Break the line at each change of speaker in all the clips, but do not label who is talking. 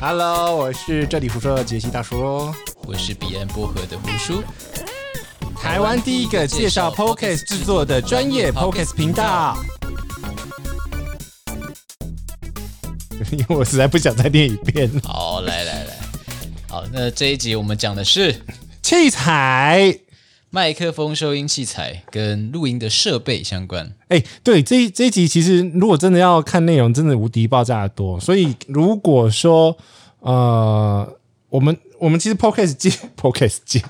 Hello，我是这里胡说的杰西大叔，
我是彼岸薄荷的胡叔，
台湾第一个介绍 Podcast 制作的专业 Podcast 频道。 因为我实在不想再念一遍了。
好，来来来，好，那这一集我们讲的是
器材，
麦克风、收音器材跟录音的设备相关。
哎、对，这一这一集其实如果真的要看内容，真的无敌爆炸的多。所以如果说呃，我们我们其实 podcast 界 podcast 界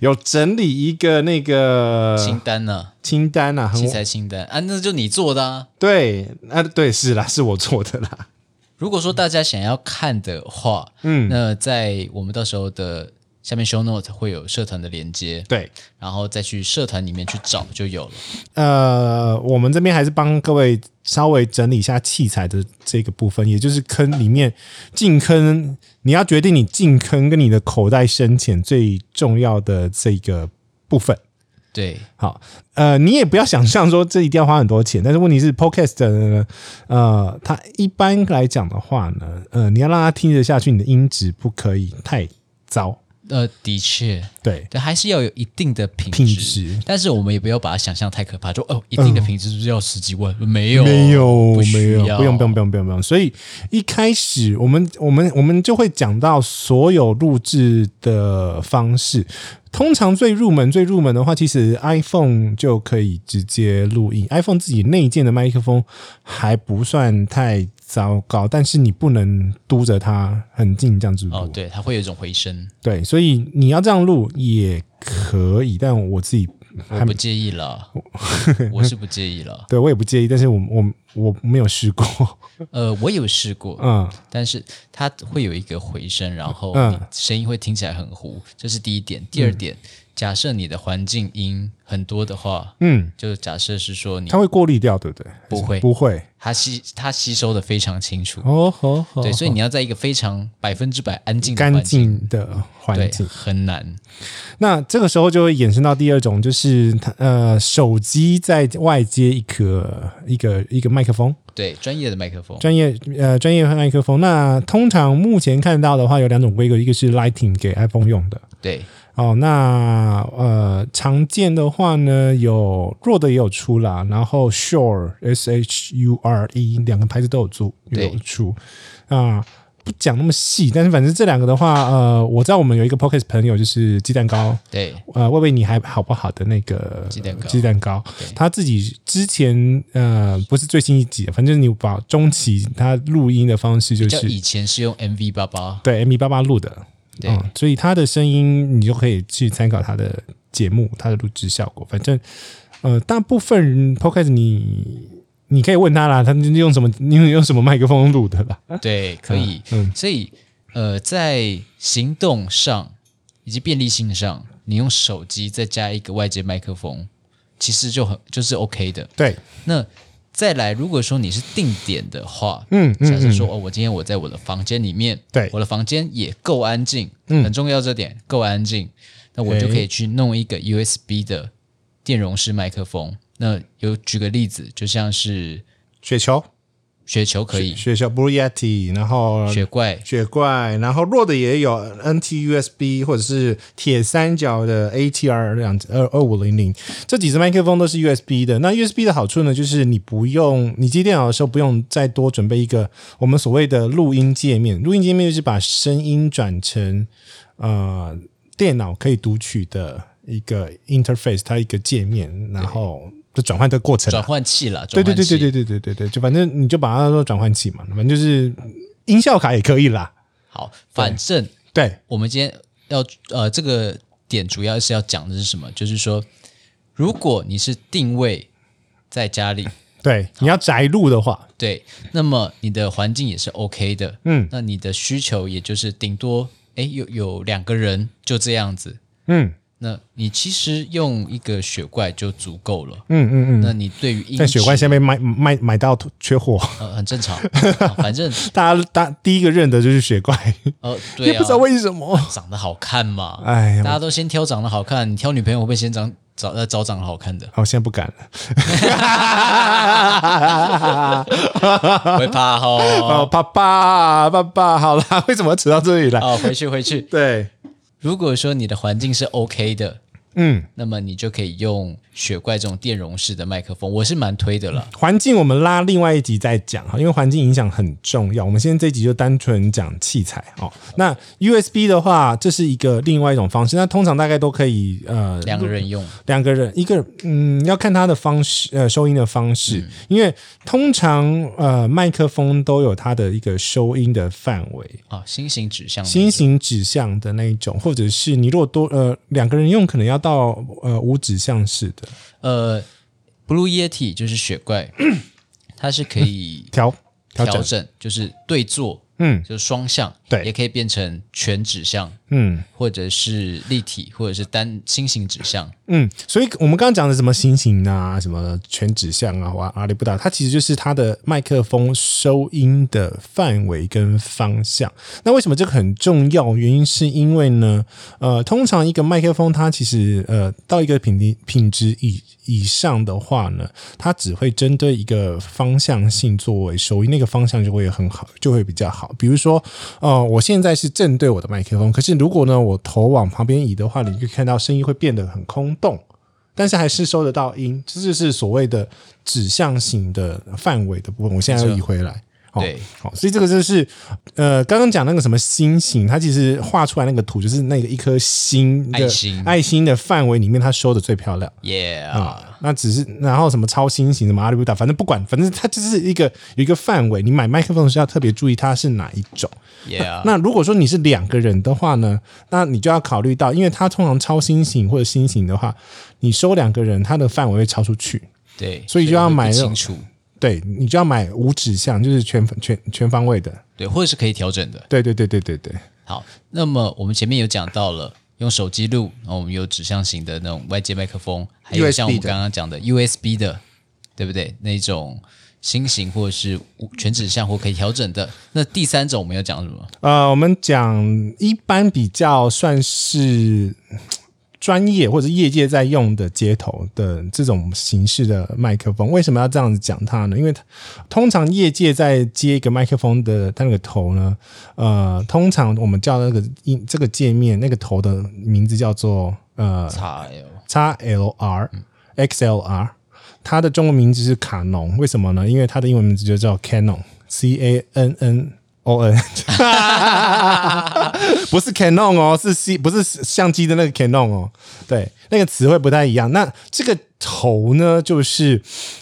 有整理一个那个
清单呢、
清单啊，很
器材清单啊，那就你做的啊。
对，啊对是啦，是我做的啦。
如果说大家想要看的话，嗯，那在我们到时候的下面 show note 会有社团的连接，
对，
然后再去社团里面去找就有了。
呃，我们这边还是帮各位稍微整理一下器材的这个部分，也就是坑里面进坑，你要决定你进坑跟你的口袋深浅最重要的这个部分。
对，
好，呃，你也不要想象说这一定要花很多钱，但是问题是，Podcast 呢，呃，它一般来讲的话呢，呃，你要让它听得下去，你的音质不可以太糟，
呃，的确，
对，
对，还是要有一定的品质。
品质
但是我们也不要把它想象太可怕，就哦，一定的品质是不是要十几万？没有，
嗯没有
不，
没
需
有，
要
不用，不用，不用，不用，不用。所以一开始我们我们我们就会讲到所有录制的方式。通常最入门、最入门的话，其实 iPhone 就可以直接录音。iPhone 自己内建的麦克风还不算太糟糕，但是你不能嘟着它很近这样子录。
哦，对，它会有一种回声，
对，所以你要这样录也可以，但我自己
我不介意了，我是不介意了。
对我也不介意，但是我我我没有试过。
呃，我有试过，
嗯，
但是它会有一个回声，然后
嗯
你声音会听起来很糊，这是第一点。第二点，假设你的环境音很多的话，
嗯，
就假设是说你
它会过滤掉，对不对？
不会
不会。
它吸它吸收的非常清楚，
哦，好好
对，所以你要在一个非常百分之百安静的
干
环境，
净的环
对，
境。
很难。
那这个时候就会衍生到第二种，就是它呃，手机在外接一个一个一个麦克风，
对，专业的麦克风，
专业呃专业麦克风。那通常目前看到的话有两种规格，一个是 Lighting 给 iPhone 用的。
对，
哦，那呃，常见的话呢，有弱的也有出啦，然后 Shure S H U R E 两个牌子都有出，
对
有出啊、不讲那么细，但是反正这两个的话，呃，我知道我们有一个 Pocket 朋友就是鸡蛋糕，
对，
呃，喂喂你还好不好的那个
鸡蛋糕
鸡蛋糕
对，
他自己之前呃不是最新一集，反正你把中期他录音的方式就
叫
是
以前是用 MV 八八，
对 M 八八录的，
对，
嗯，所以他的声音你就可以去参考他的节目，他的录制效果。反正呃，大部分 podcast 你你可以问他啦，他们用什么用用什么麦克风录的啦。
对，可以。
啊嗯
所以呃，在行动上以及便利性上，你用手机再加一个外接麦克风，其实就很就是 OK 的。
对，
那再来，如果说你是定点的话，
嗯嗯
假设说哦，我今天我在我的房间里面，
对
我的房间也够安静，很重要这点，够安静，那我就可以去弄一个 USB 的电容式麦克风。那有举个例子，就像是
雪球
雪球可以，
雪球 Blue Yeti，然后
雪怪
雪怪，然后弱的也有 NT USB 或者是铁三角的 ATR 两二二五零零，这几支麦克风都是 USB 的。那 USB 的好处呢，就是你不用你接电脑的时候不用再多准备一个我们所谓的录音界面，录音界面就是把声音转成呃电脑可以读取的一个 interface，它一个界面，然后就转换的过程啊、
转换器啦，
对对对对
转换
对
器
对对对对，就反正你就把它当做转换器嘛，反正就是音效卡也可以啦。
好，反正
对，
我们今天要呃这个点主要是要讲的是什么？就是说，如果你是定位在 家里，
对，你要宅录的话，
对，那么你的环境也是 OK 的，
嗯
那你的需求也就是顶多哎有有两个人就这样子，
嗯
那你其实用一个雪怪就足够了。
嗯嗯嗯，
那你对于音
在雪怪
质
下面买买买到缺货，
呃很正常，啊反正
大家大第一个认得就是雪怪，
呃对
也
啊
不知，道为什么。
长得好看嘛，
哎呀，
大家都先挑长得好看，你挑女朋友会不会先长找呃找长得好看的
好，现在不 敢了。
会怕 哦。
哦，爸爸，爸爸，好啦， 为什么要扯到这里来？
哦，回去回去。
对，
如果说你的环境是 OK 的，
嗯，
那么你就可以用雪怪这种电容式的麦克风，我是蛮推的啦。
环境我们拉另外一集再讲哈，因为环境影响很重要。我们现在这一集就单纯讲器材哦。那 USB 的话，这是一个另外一种方式，那通常大概都可以呃
两个人用，
两个人，一个嗯，要看他的方式，呃，收音的方式，因为通常呃，麦克风都有它的一个收音的范围，
啊，心形指向的
心形指向的那一种，或者是你如果多呃两个人用，可能要到呃无指向式的
呃，Blue Yeti 就是雪 怪，它是可以
调调
调
整，
整，就是对坐，
嗯
就是双向，
对
也可以变成全指向，
嗯
或者是立体，或者是单心形指向。
嗯，所以我们刚刚讲的什么心形啊，什么全指向啊，哇阿里不达，它其实就是它的麦克风收音的范围跟方向。那为什么这个很重要？原因是因为呢，呃，通常一个麦克风它其实呃到一个品质品质以以上的话呢，它只会针对一个方向性作为收益，那个方向就会很好，就会比较好。比如说，呃，我现在是正对我的麦克风，可是如果呢我头往旁边移的话，你就看到声音会变得很空洞。但是还是收得到音，这就是所谓的指向型的范围的部分。我现在要移回来，哦
对，
好、所以这个就是呃，刚刚讲那个什么星形，它其实画出来那个图就是那个一颗星的
爱心
爱心的范围里面，它收的最漂亮。
Yeah，
啊，那只是然后什么超新型什么阿里不达，反正不管，反正它就是一个有一个范围。你买麦克风的时候要特别注意它是哪一种。
Yeah，
那如果说你是两个人的话呢，那你就要考虑到，因为它通常超新型或者新型的话，你收两个人，它的范围会超出去，
对，
所以就要
会不
买那种
清楚，
对你就要买无指向，就是全全全方位的。
对，或者是可以调整的。
对对对对对对，
好，那么我们前面有讲到了。用手机录，然后我们有指向型的那种外接麦克风，还有
USB
像我们
的
刚刚讲的 USB 的，对不对？那种新型或者是无全指向或可以调整的。那第三种我们要讲什么？
呃，我们讲一般比较算是嗯专业或者业界在用的街头的这种形式的麦克风，为什么要这样子讲它呢？因为它通常业界在接一个麦克风的它那个头呢，呃，通常我们叫那个音这个界面那个头的名字叫做呃
叉 L，
XLR、XLR，它的中文名字是卡农，为什么呢？因为它的英文名字就叫 Canon，C A N N O N，不是 Canon 哦，是 C，不是相机的那个 Canon 哦。对，那个词汇不太一样。那这个头呢，就是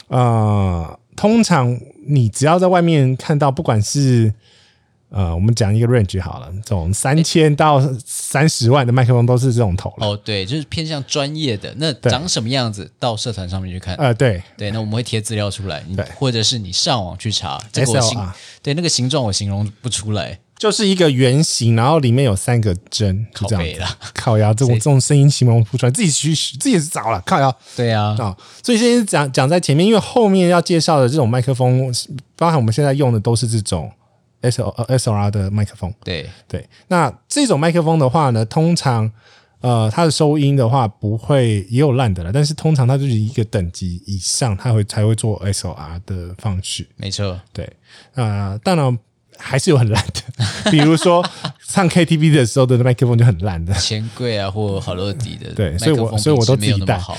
呃，通常你只要在外面看到，不管是呃，我们讲一个 range 好了，这种三千到三十万的麦克风都是这种头了。
哦，对，就是偏向专业的。那长什么样子，到社团上面去看。
呃，对，
对，那我们会贴资料出来，你
对
或者是你上网去查。这个我
SLR
形对那个形状我形容不出来。
就是一个圆形，然后里面有三个针，就这
靠背
样
啦
子。靠腰，这种这种声音形容不出来，自己去自己也是找了靠腰啊、
对啊，
所以先讲讲在前面，因为后面要介绍的这种麦克风，包含我们现在用的都是这种 S O S O R 的麦克风。
对，
对，那这种麦克风的话呢，通常呃它的收音的话不会也有烂的了，但是通常它就是一个等级以上，它会才会做 S O R 的方式。
没错。
对，呃，当然还是有很烂的， 比如说唱 KTV 的时候的麦克风就很烂 的。
钱柜啊，或好乐迪的
对
麦
所以我
克风
所以我都
品质没有那么好。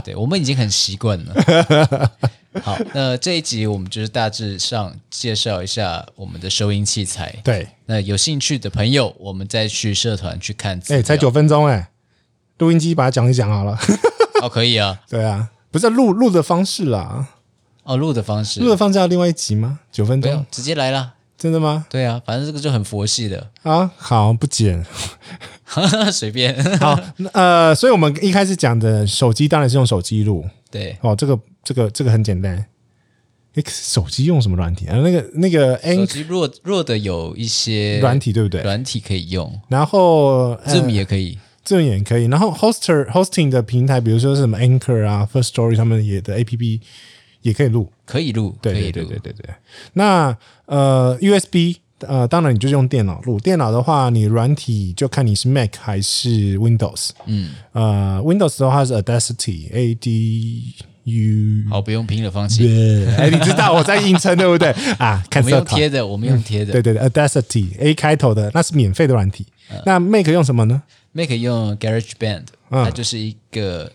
对，我们已经很习惯了。 好，那这一集我们就是大致上介绍一下我们的收音器材。
对，
那有兴趣的朋友，我们再去社团去看资
哎、
料。
才九分钟哎、录音机把它讲一讲好了。
哦，可以啊。
对啊，不是录录的方式啦，
哦，录的方式
录的方式要另外一集吗？九分
不用
钟，
直接来啦。
真的吗？
对啊，反正这个就很佛系的，
啊，好，不剪。
随便。
好，那呃，所以我们一开始讲的手机当然是用手机录
对，
哦，这个这个这个很简单。诶手机用什么软体啊？那个那个
手
N
机弱弱的有一些
软体对不对？
软体可以用
然后呃
，Zoom 也可以。
这种也可以。然后 hoster hosting 的平台，比如说是什么 Anchor 啊、First Story 他们也的 APP 也可以录。
可以录，
对
可
对
以
对
录
对，对对。那呃 USB 呃，当然你就是用电脑录。电脑的话，你软体就看你是 Mac 还是 Windows。嗯，呃，Windows 的话是 Audacity，A D U。
好，不用拼了，放弃。
嗯对，哎，你知道我在硬撑对不对啊？
我
看
们
色
用
卡，
贴的，我们用贴的。
对对对，Audacity A 开头的那是免费的软体。
嗯
那 Mac 用什么呢？
Mac 用 Garage Band，、
嗯
它就是一个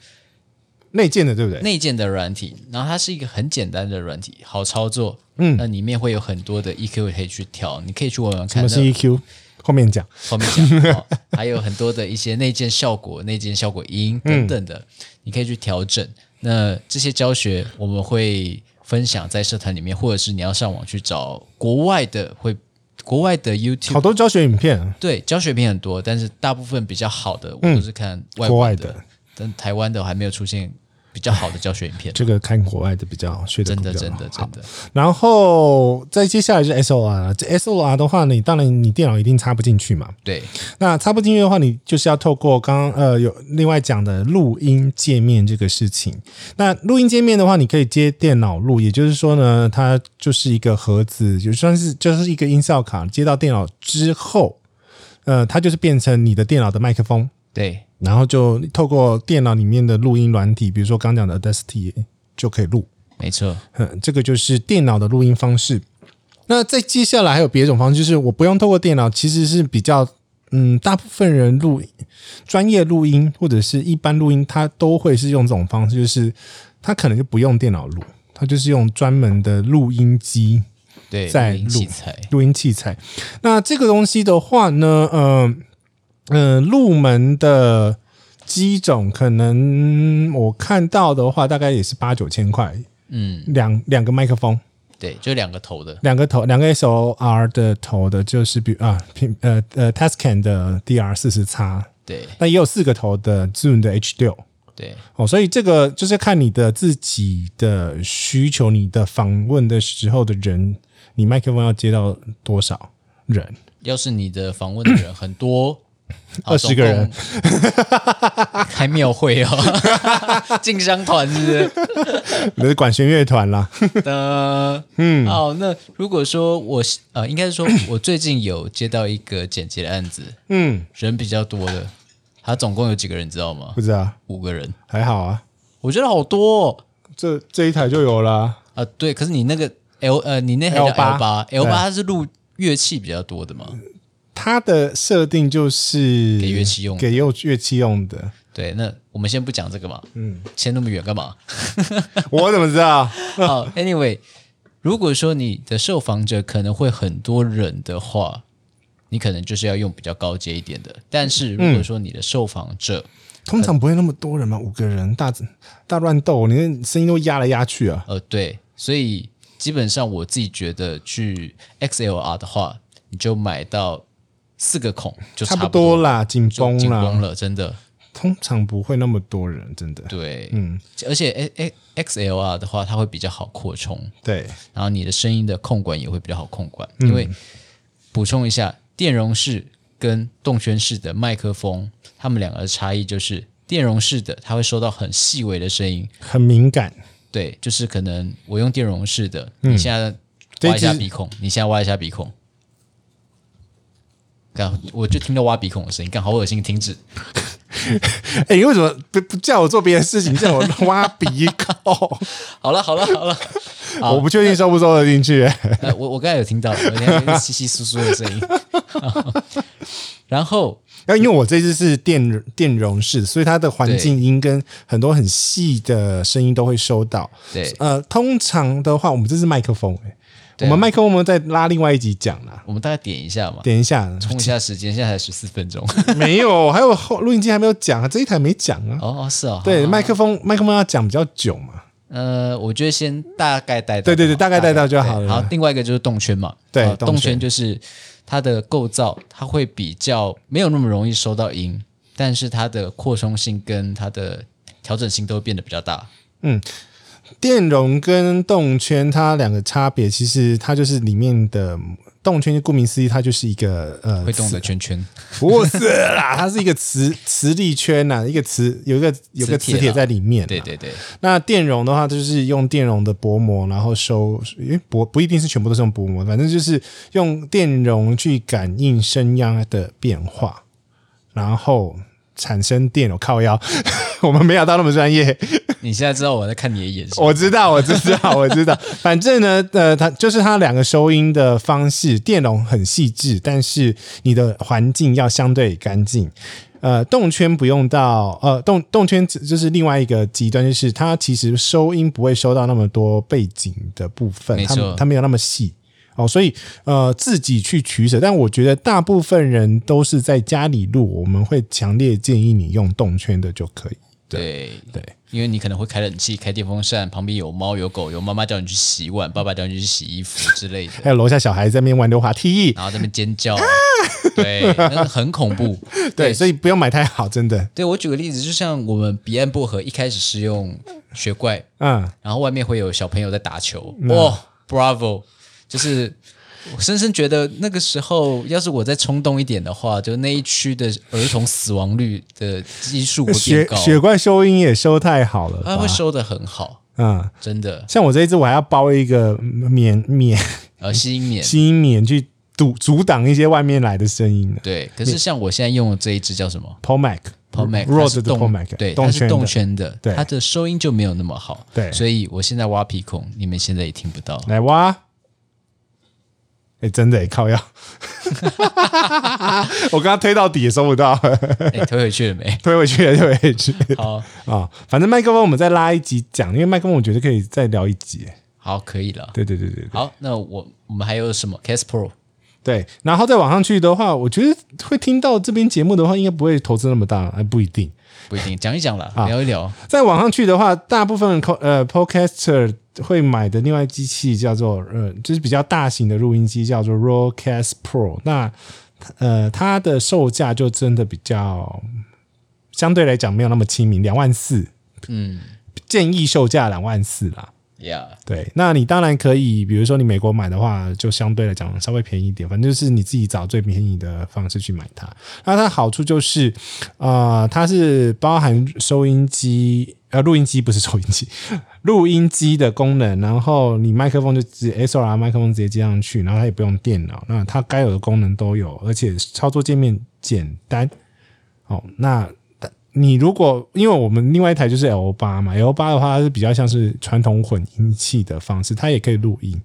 内建的，对不对？
内建的软体，然后它是一个很简单的软体，好操作。
嗯
那里面会有很多的 EQ 可以去调，你可以去玩玩
什
看。
么是 EQ？后面讲。
后面 讲、哦，还有很多的一些内建效果、内建效果音等等
嗯
的，你可以去调整。那这些教学我们会分享在社团里面，或者是你要上网去找国外的，会国外的 YouTube
好多教学影片，
对，教学片很多，但是大部分比较好的，我都是看
嗯国
外国
外
的
的，
但台湾的还没有出现比较好的教学影 片。
这个看国外的比较学的
真
比
的，
较
真
好
的，真的，
然后再接下来是 SLR，了这 SLR 的话呢，你当然你电脑一定插不进去嘛。
对，
那插不进去的话，你就是要透过刚刚呃有另外讲的录音界面这个事情。那录音界面的话，你可以接电脑录，也就是说呢，它就是一个盒子，就算是就是一个音效卡接到电脑之后，呃，它就是变成你的电脑的麦克风。
对，
然后就透过电脑里面的录音软体，比如说刚讲的 Audacity 就可以录。
没错，
嗯，这个就是电脑的录音方式。那再接下来还有别种方式，就是我不用透过电脑，其实是比较嗯，大部分人录专业录音或者是一般录音，他都会是用这种方式，就是他可能就不用电脑录，他就是用专门的录音机
对，
在
录音
录
器材，
录音器材。那这个东西的话呢，嗯、呃、嗯、入门的机种可能我看到的话，大概也是八九千块，
嗯，
两两个麦克风，
对，就两个头的，
两个头，两个 SOR 的头的，就是比啊，平呃呃 Tascam 的 DR 四十叉，
对，
那也有四个头的 Zoom 的 H 六。
对，
哦，所以这个就是看你的自己的需求，你的访问的时候的人，你麦克风要接到多少人？
要是你的访问的人很 多，啊
20个人，
总共 开庙会哦， 进香团是不是？
你是管弦乐团啦，
的，嗯，哦，那如果说我呃，应该是说我最近有接到一个剪辑的案子，
嗯，
人比较多的，他总共有几个人，你知道吗
不？知道，
五个人，
还好啊，
我觉得好多哦
这这一台就有啦。
啊、对，可是你那个 L 呃，你那台叫 L 八
L8
L 八，它是录乐器比较多的嘛？
它的设定就是
给乐器用的
给用乐器用 的。
对，那我们先不讲这个嘛，嗯，先那么远干嘛？
我怎么知道？
好，Anyway，如果说你的受访者可能会很多人的话，你可能就是要用比较高阶一点的。但是如果说你的受访者，
通常不会那么多人嘛，五个人大大乱斗，你那声音都压来压去啊。
呃，对，所以基本上我自己觉得去 XLR 的话，你就买到四个孔就
差
不
不多啦，紧
就
绷
紧绷
啦，
了，真的。
通常不会那么多人，真的。
对，
嗯，
而且 A A XLR 的话，它会比较好扩充，
对，
然后你的声音的控管也会比较好控管，因
嗯
为补充一下，电容式跟动圈式的麦克风，它们两个的差异就是，电容式的它会收到很细微的声音，
很敏感。
对，就是可能我用电容式的，你现在挖一下鼻孔，你现在挖一下鼻孔，干，我就听到挖鼻孔的声音，干，好恶心，停止，
哎，你为什么不不叫我做别的事情，叫我挖鼻孔？
好了，好了， 好了，
我不确定收不收得进去。
呃，我我刚才有听到，我听到稀稀疏疏的声音， 然后。
那因为我这次是电电容式，所以它的环境音跟很多很细的声音都会收到。
对，
呃，通常的话，我们这是麦克风、欸，
对
我
啊哦
们麦克风我们再拉另外一集讲啦。
我们大概点一下嘛，
等一下，
冲一下时间，现在才十四分钟。
没有，还有后录音机还没有讲啊，这一台没讲啊。
哦，哦是哦，
对，
好
麦克风麦克风要讲比较久嘛。
呃，我觉得先大概带到，
对对对大概带到就好
对
了
好，另外一个就是动圈嘛，
对
呃
动
动
圈
圈就是它的构造，它会比较没有那么容易收到音，但是它的扩充性跟它的调整性都会变得比较大。
电容跟动圈它两个差别，其实它就是里面的动圈，顾名思义，它就是一个呃
会动的圈圈，
不是啦，它是一个磁磁力圈呐、一个磁有一个有个磁
磁铁
铁
啦
在里面、
对。对对，
那电容的话，就是用电容的薄膜，然后收，因为薄不一定是全部都是用薄膜，反正就是用电容去感应声压的变化，然后产生电流。靠腰， 我们没有到那么专业。
你现在知道我在看你的眼神，
我知道，我知道， 我知道。反正呢，呃，它就是它两个收音的方式，电容很细致，但是你的环境要相对干净。呃，动圈不用到，呃，动动圈就是另外一个极端，就是它其实收音不会收到那么多背景的部分，
没
它
错
它没有那么细。哦，所以呃，自己去取舍，但我觉得大部分人都是在家里录，我们会强烈建议你用动圈的就可以。
对
对，
因为你可能会开冷气、开电风扇，旁边有猫有狗，有妈妈叫你去洗
嗯
碗，爸爸叫你去洗衣服之类的，
还有楼下小孩在那边玩溜滑梯，
然后在那边尖叫，啊 对，那很恐怖，
对，所以不用买太好，真的。
对我举个例子，就像我们彼岸薄荷一开始是用雪怪，
嗯，
然后外面会有小朋友在打球，哦，Bravo！就是我深深觉得那个时候，要是我再冲动一点的话，就那一区的儿童死亡率的基数会变
雪
高，
雪怪收音也收太好了
它
吧
会？收的很好，
嗯，
真的，
像我这一次我还要包一个棉棉
呃，吸引免。
吸音棉去堵阻挡一些外面来的声音呢。
对，可是像我现在用的这一支叫什么
Pomac
p o m a c 它
Rode
是
的
动
Pomac，
对，
动
它是
圈
动
的。
圈的，
对
它的收音就没有那么好，
对
所以我现在挖鼻孔，你们现在也听不到，
来挖。哎，真的耶靠腰！ 我刚刚推到底也收不到，
哎，推回去了没？
推回去了，推回去啊、
好，
反正麦克风我们再拉一集讲，因为麦克风我觉得可以再聊一集。
好，可以了。
对对对对对。
好，那我我们还有什么 Cast Pro？
对，然后再往上去的话，我觉得会听到这边节目的话，应该不会投资那么大，哎，不一定。
不一定，讲一讲啦，
啊
聊 一聊。
再往上去的话，大部分 co- 呃 podcaster 会买的另外机器叫做呃，就是比较大型的录音机，叫做 Rawcast Pro。那呃，它的售价就真的比较相对来讲没有那么亲民，两万四，
嗯
建议售价两万四啦。
，Yeah，
对，那你当然可以，比如说你美国买的话，就相对来讲稍微便宜一点，反正就是你自己找最便宜的方式去买它。那它好处就是，呃，它是包含收音机，呃，录音机不是收音机， 录音机的功能，然后你麦克风就直接 SLR 麦克风直接接上去，然后它也不用电脑，那它该有的功能都有，而且操作界面简单。哦，那你如果因为我们另外一台就是 L 八嘛，L 八的话它是比较像是传统混音器的方式，它也可以录音。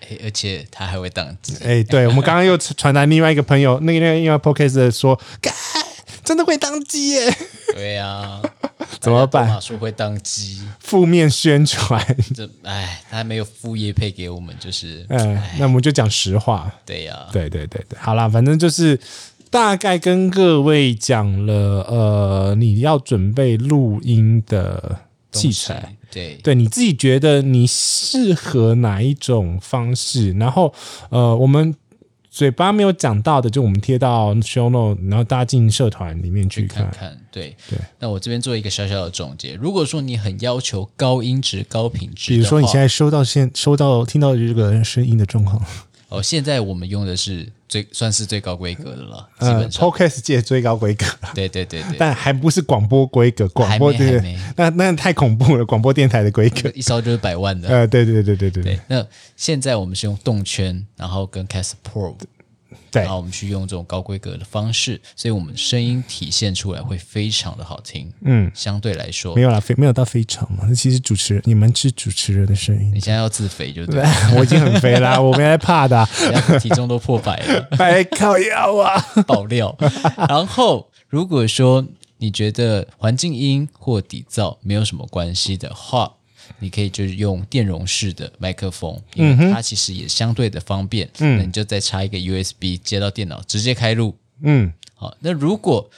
哎而且它还会宕 机。
哎、对我们刚刚又传达另外一个朋友，那个那个另外 podcast 说，干真的会当机耶，
对啊，
怎么办
大家都马术会宕机，
负面宣传。
这哎，它没有副业配给我们，就是
嗯、那我们就讲实话。
对呀，
对对对对，好啦，反正就是大概跟各位讲了，呃，你要准备录音的器材。
东西，对
对，你自己觉得你适合哪一种方式？然后，呃，我们嘴巴没有讲到的，就我们贴到 show note，然后大家进社团里面去看。
看看，对对。那我这边做一个小小的总结，如果说你很要求高音质、高品质，
比如说你现在收到现收到听到的这个声音的状况，
哦，现在我们用的是最算是最高规格的了，基
呃
本上，
，podcast 界最高规格了，
对对对对，
但还不是广播规格，广
还
播
没
这
还
个
没，
那那太恐怖了，广播电台的规格。
一烧就是百万 的。
呃，对对对对对对
对，那现在我们是用动圈，然后跟 Cast Pro，
对
然后我们去用这种高规格的方式，所以我们声音体现出来会非常的好听。
嗯，
相对来说
没，有啦，非没有到非常嘛，那其实主持人你们是主持人的声音
你。现在要自肥就 对，
我已经很肥 啦，我没在怕的、啊，
人家体重都破百了。
还靠腰啊！
爆料。然后，如果说你觉得环境音或底噪没有什么关系的话，你可以就是用电容式的麦克风，因为它其实也相对的方便。嗯，那你就再插一个 USB 接到电脑，直接开录。
嗯，
好，那如果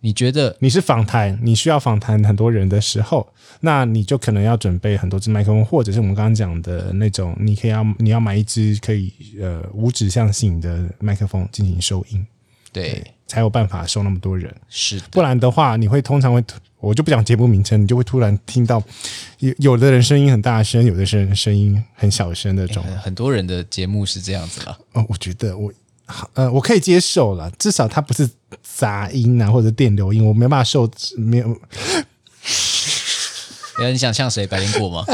你觉得
你是访谈，你需要访谈很多人的时候，那你就可能要准备很多支麦克风，或者是我们刚刚讲的那种，你可以要你要买一支可以呃无指向性的麦克风进行收音。
对，
才有办法收那么多人。
是的，
不然的话，你会通常会突，我就不讲节目名称，你就会突然听到有有的人声音很大声，有的人声音很小声那种。
很很多人的节目是这样子啦。
哦，我觉得我好呃，我可以接受了，至少它不是杂音啊或者电流音，我没办法受没有
然后哎你想像谁？白灵果 吗？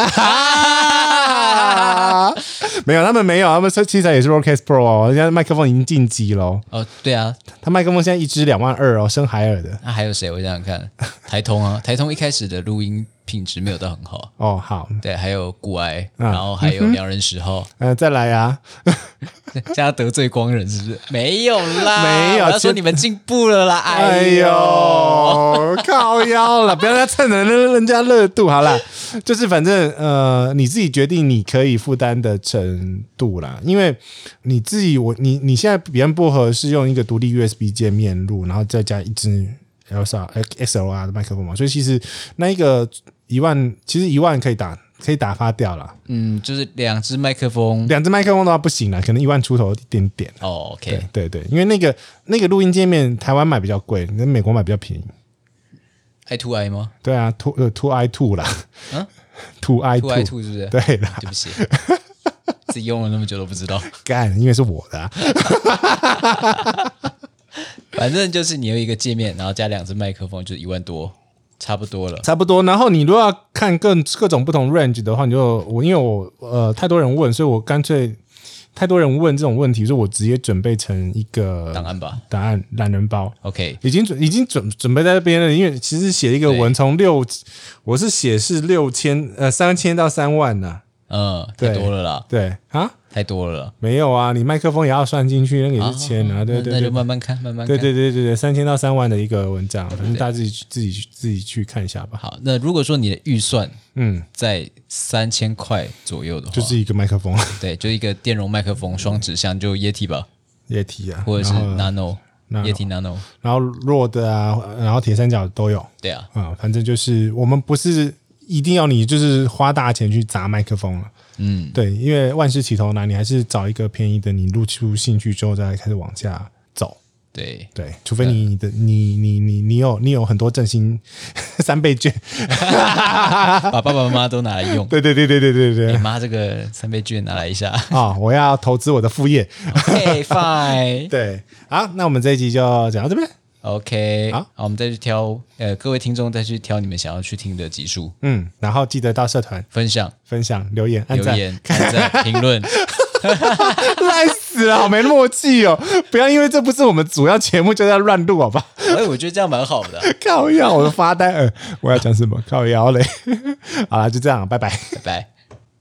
啊， 没有，他们没有，他们说器材也是 Rodecaster Pro 哦，人家麦克风已经晋级喽，
哦，对啊，
他麦克风现在一支两万二哦，深海尔的
那还有谁？我想想看，台通啊，台通一开始的录音品质没有到很好，
哦，好，
对，还有古埃，
啊
然后还有良人十号，
呃，再来啊，
这样得罪光人是不是？没有啦，
没有
我要说
就
你们进步了啦，
哎
哎
呦
呦，，
靠腰了，不要再蹭人人家热度 好啦，就是反正呃，你自己决定你可以负担的程度啦，因为你自己我你你现在别人薄荷是用一个独立 USB 界面录，然后再加一支 LSR XLR 的麦克风嘛，所以其实那一个一万，其实一万可以打可以打发掉啦。
嗯，就是两只麦克风。
两只麦克风的话不行啦，可能一万出头一点点。
哦
对
，OK，
对对，因为那个那个录音界面台湾买比较贵，那美国买比较便宜。
i two i 吗
对啊，two 呃 two i two 啦，
嗯
t w o i
？two i two 是不是？
对啦，
对不起， 自己用了那么久都不知道。
干，因为是我的、啊，
反正就是你有一个界面，然后加两只麦克风，就一万多，差不多了。
差不多。然后你如果要看各各种不同 range 的话，你就我因为我呃太多人问，所以我干脆太多人问这种问题，所以我直接准备成一个
档案吧
答案懒人包。
，OK，
已经准已经准准备在这边了，因为其实写一个文从六，我是写是六千呃三千到三万呢、
嗯，太
对
多了啦，
对啊，
太多了啦。
没有啊，你麦克风也要算进去，那个也是千啊，对
那
对
那
对
就慢慢看，慢慢看。
对对对对对，三千到三万的一个文章，反正大家自己去自己去自己去看一下吧。
好，那如果说你的预算
嗯，
在三千块左右的话，
就是一个麦克 风
对，就一个电容麦克风双指向，就 Yeti 吧，
液体啊，
或者是
然后
Nano
Nano
Yeti Nano，
然后弱的啊，然后铁三角都有
对啊，
啊、反正就是我们不是一定要你就是花大钱去砸麦克风了，
嗯，
对，因为万事起头难，你还是找一个便宜的，你露出兴趣之后再开始往下走。
对，
对，除非你的你你你你有你有很多振兴 三倍 券，
把爸爸妈妈都拿来用。
对对对对对对对
你
啊、
妈这个三倍券拿来 一下
我要投资我的副业，
，OK fine，OK，
对，好，那我们这一集就讲到这边。好
好，我们再去挑，呃，各位听众再去挑你们想要去听的集数，
嗯，然后记得到社团
分享、
分享、留言、按
留
赞，
言、按赞、评论，
烂死了，好没默契哦！不要因为这不是我们主要节目就在乱录，好吧？
哎，我觉得这样蛮好的，
靠腰，我都发呆。呃，我要讲什么？靠腰嘞！好了，就这样，拜拜。
拜拜。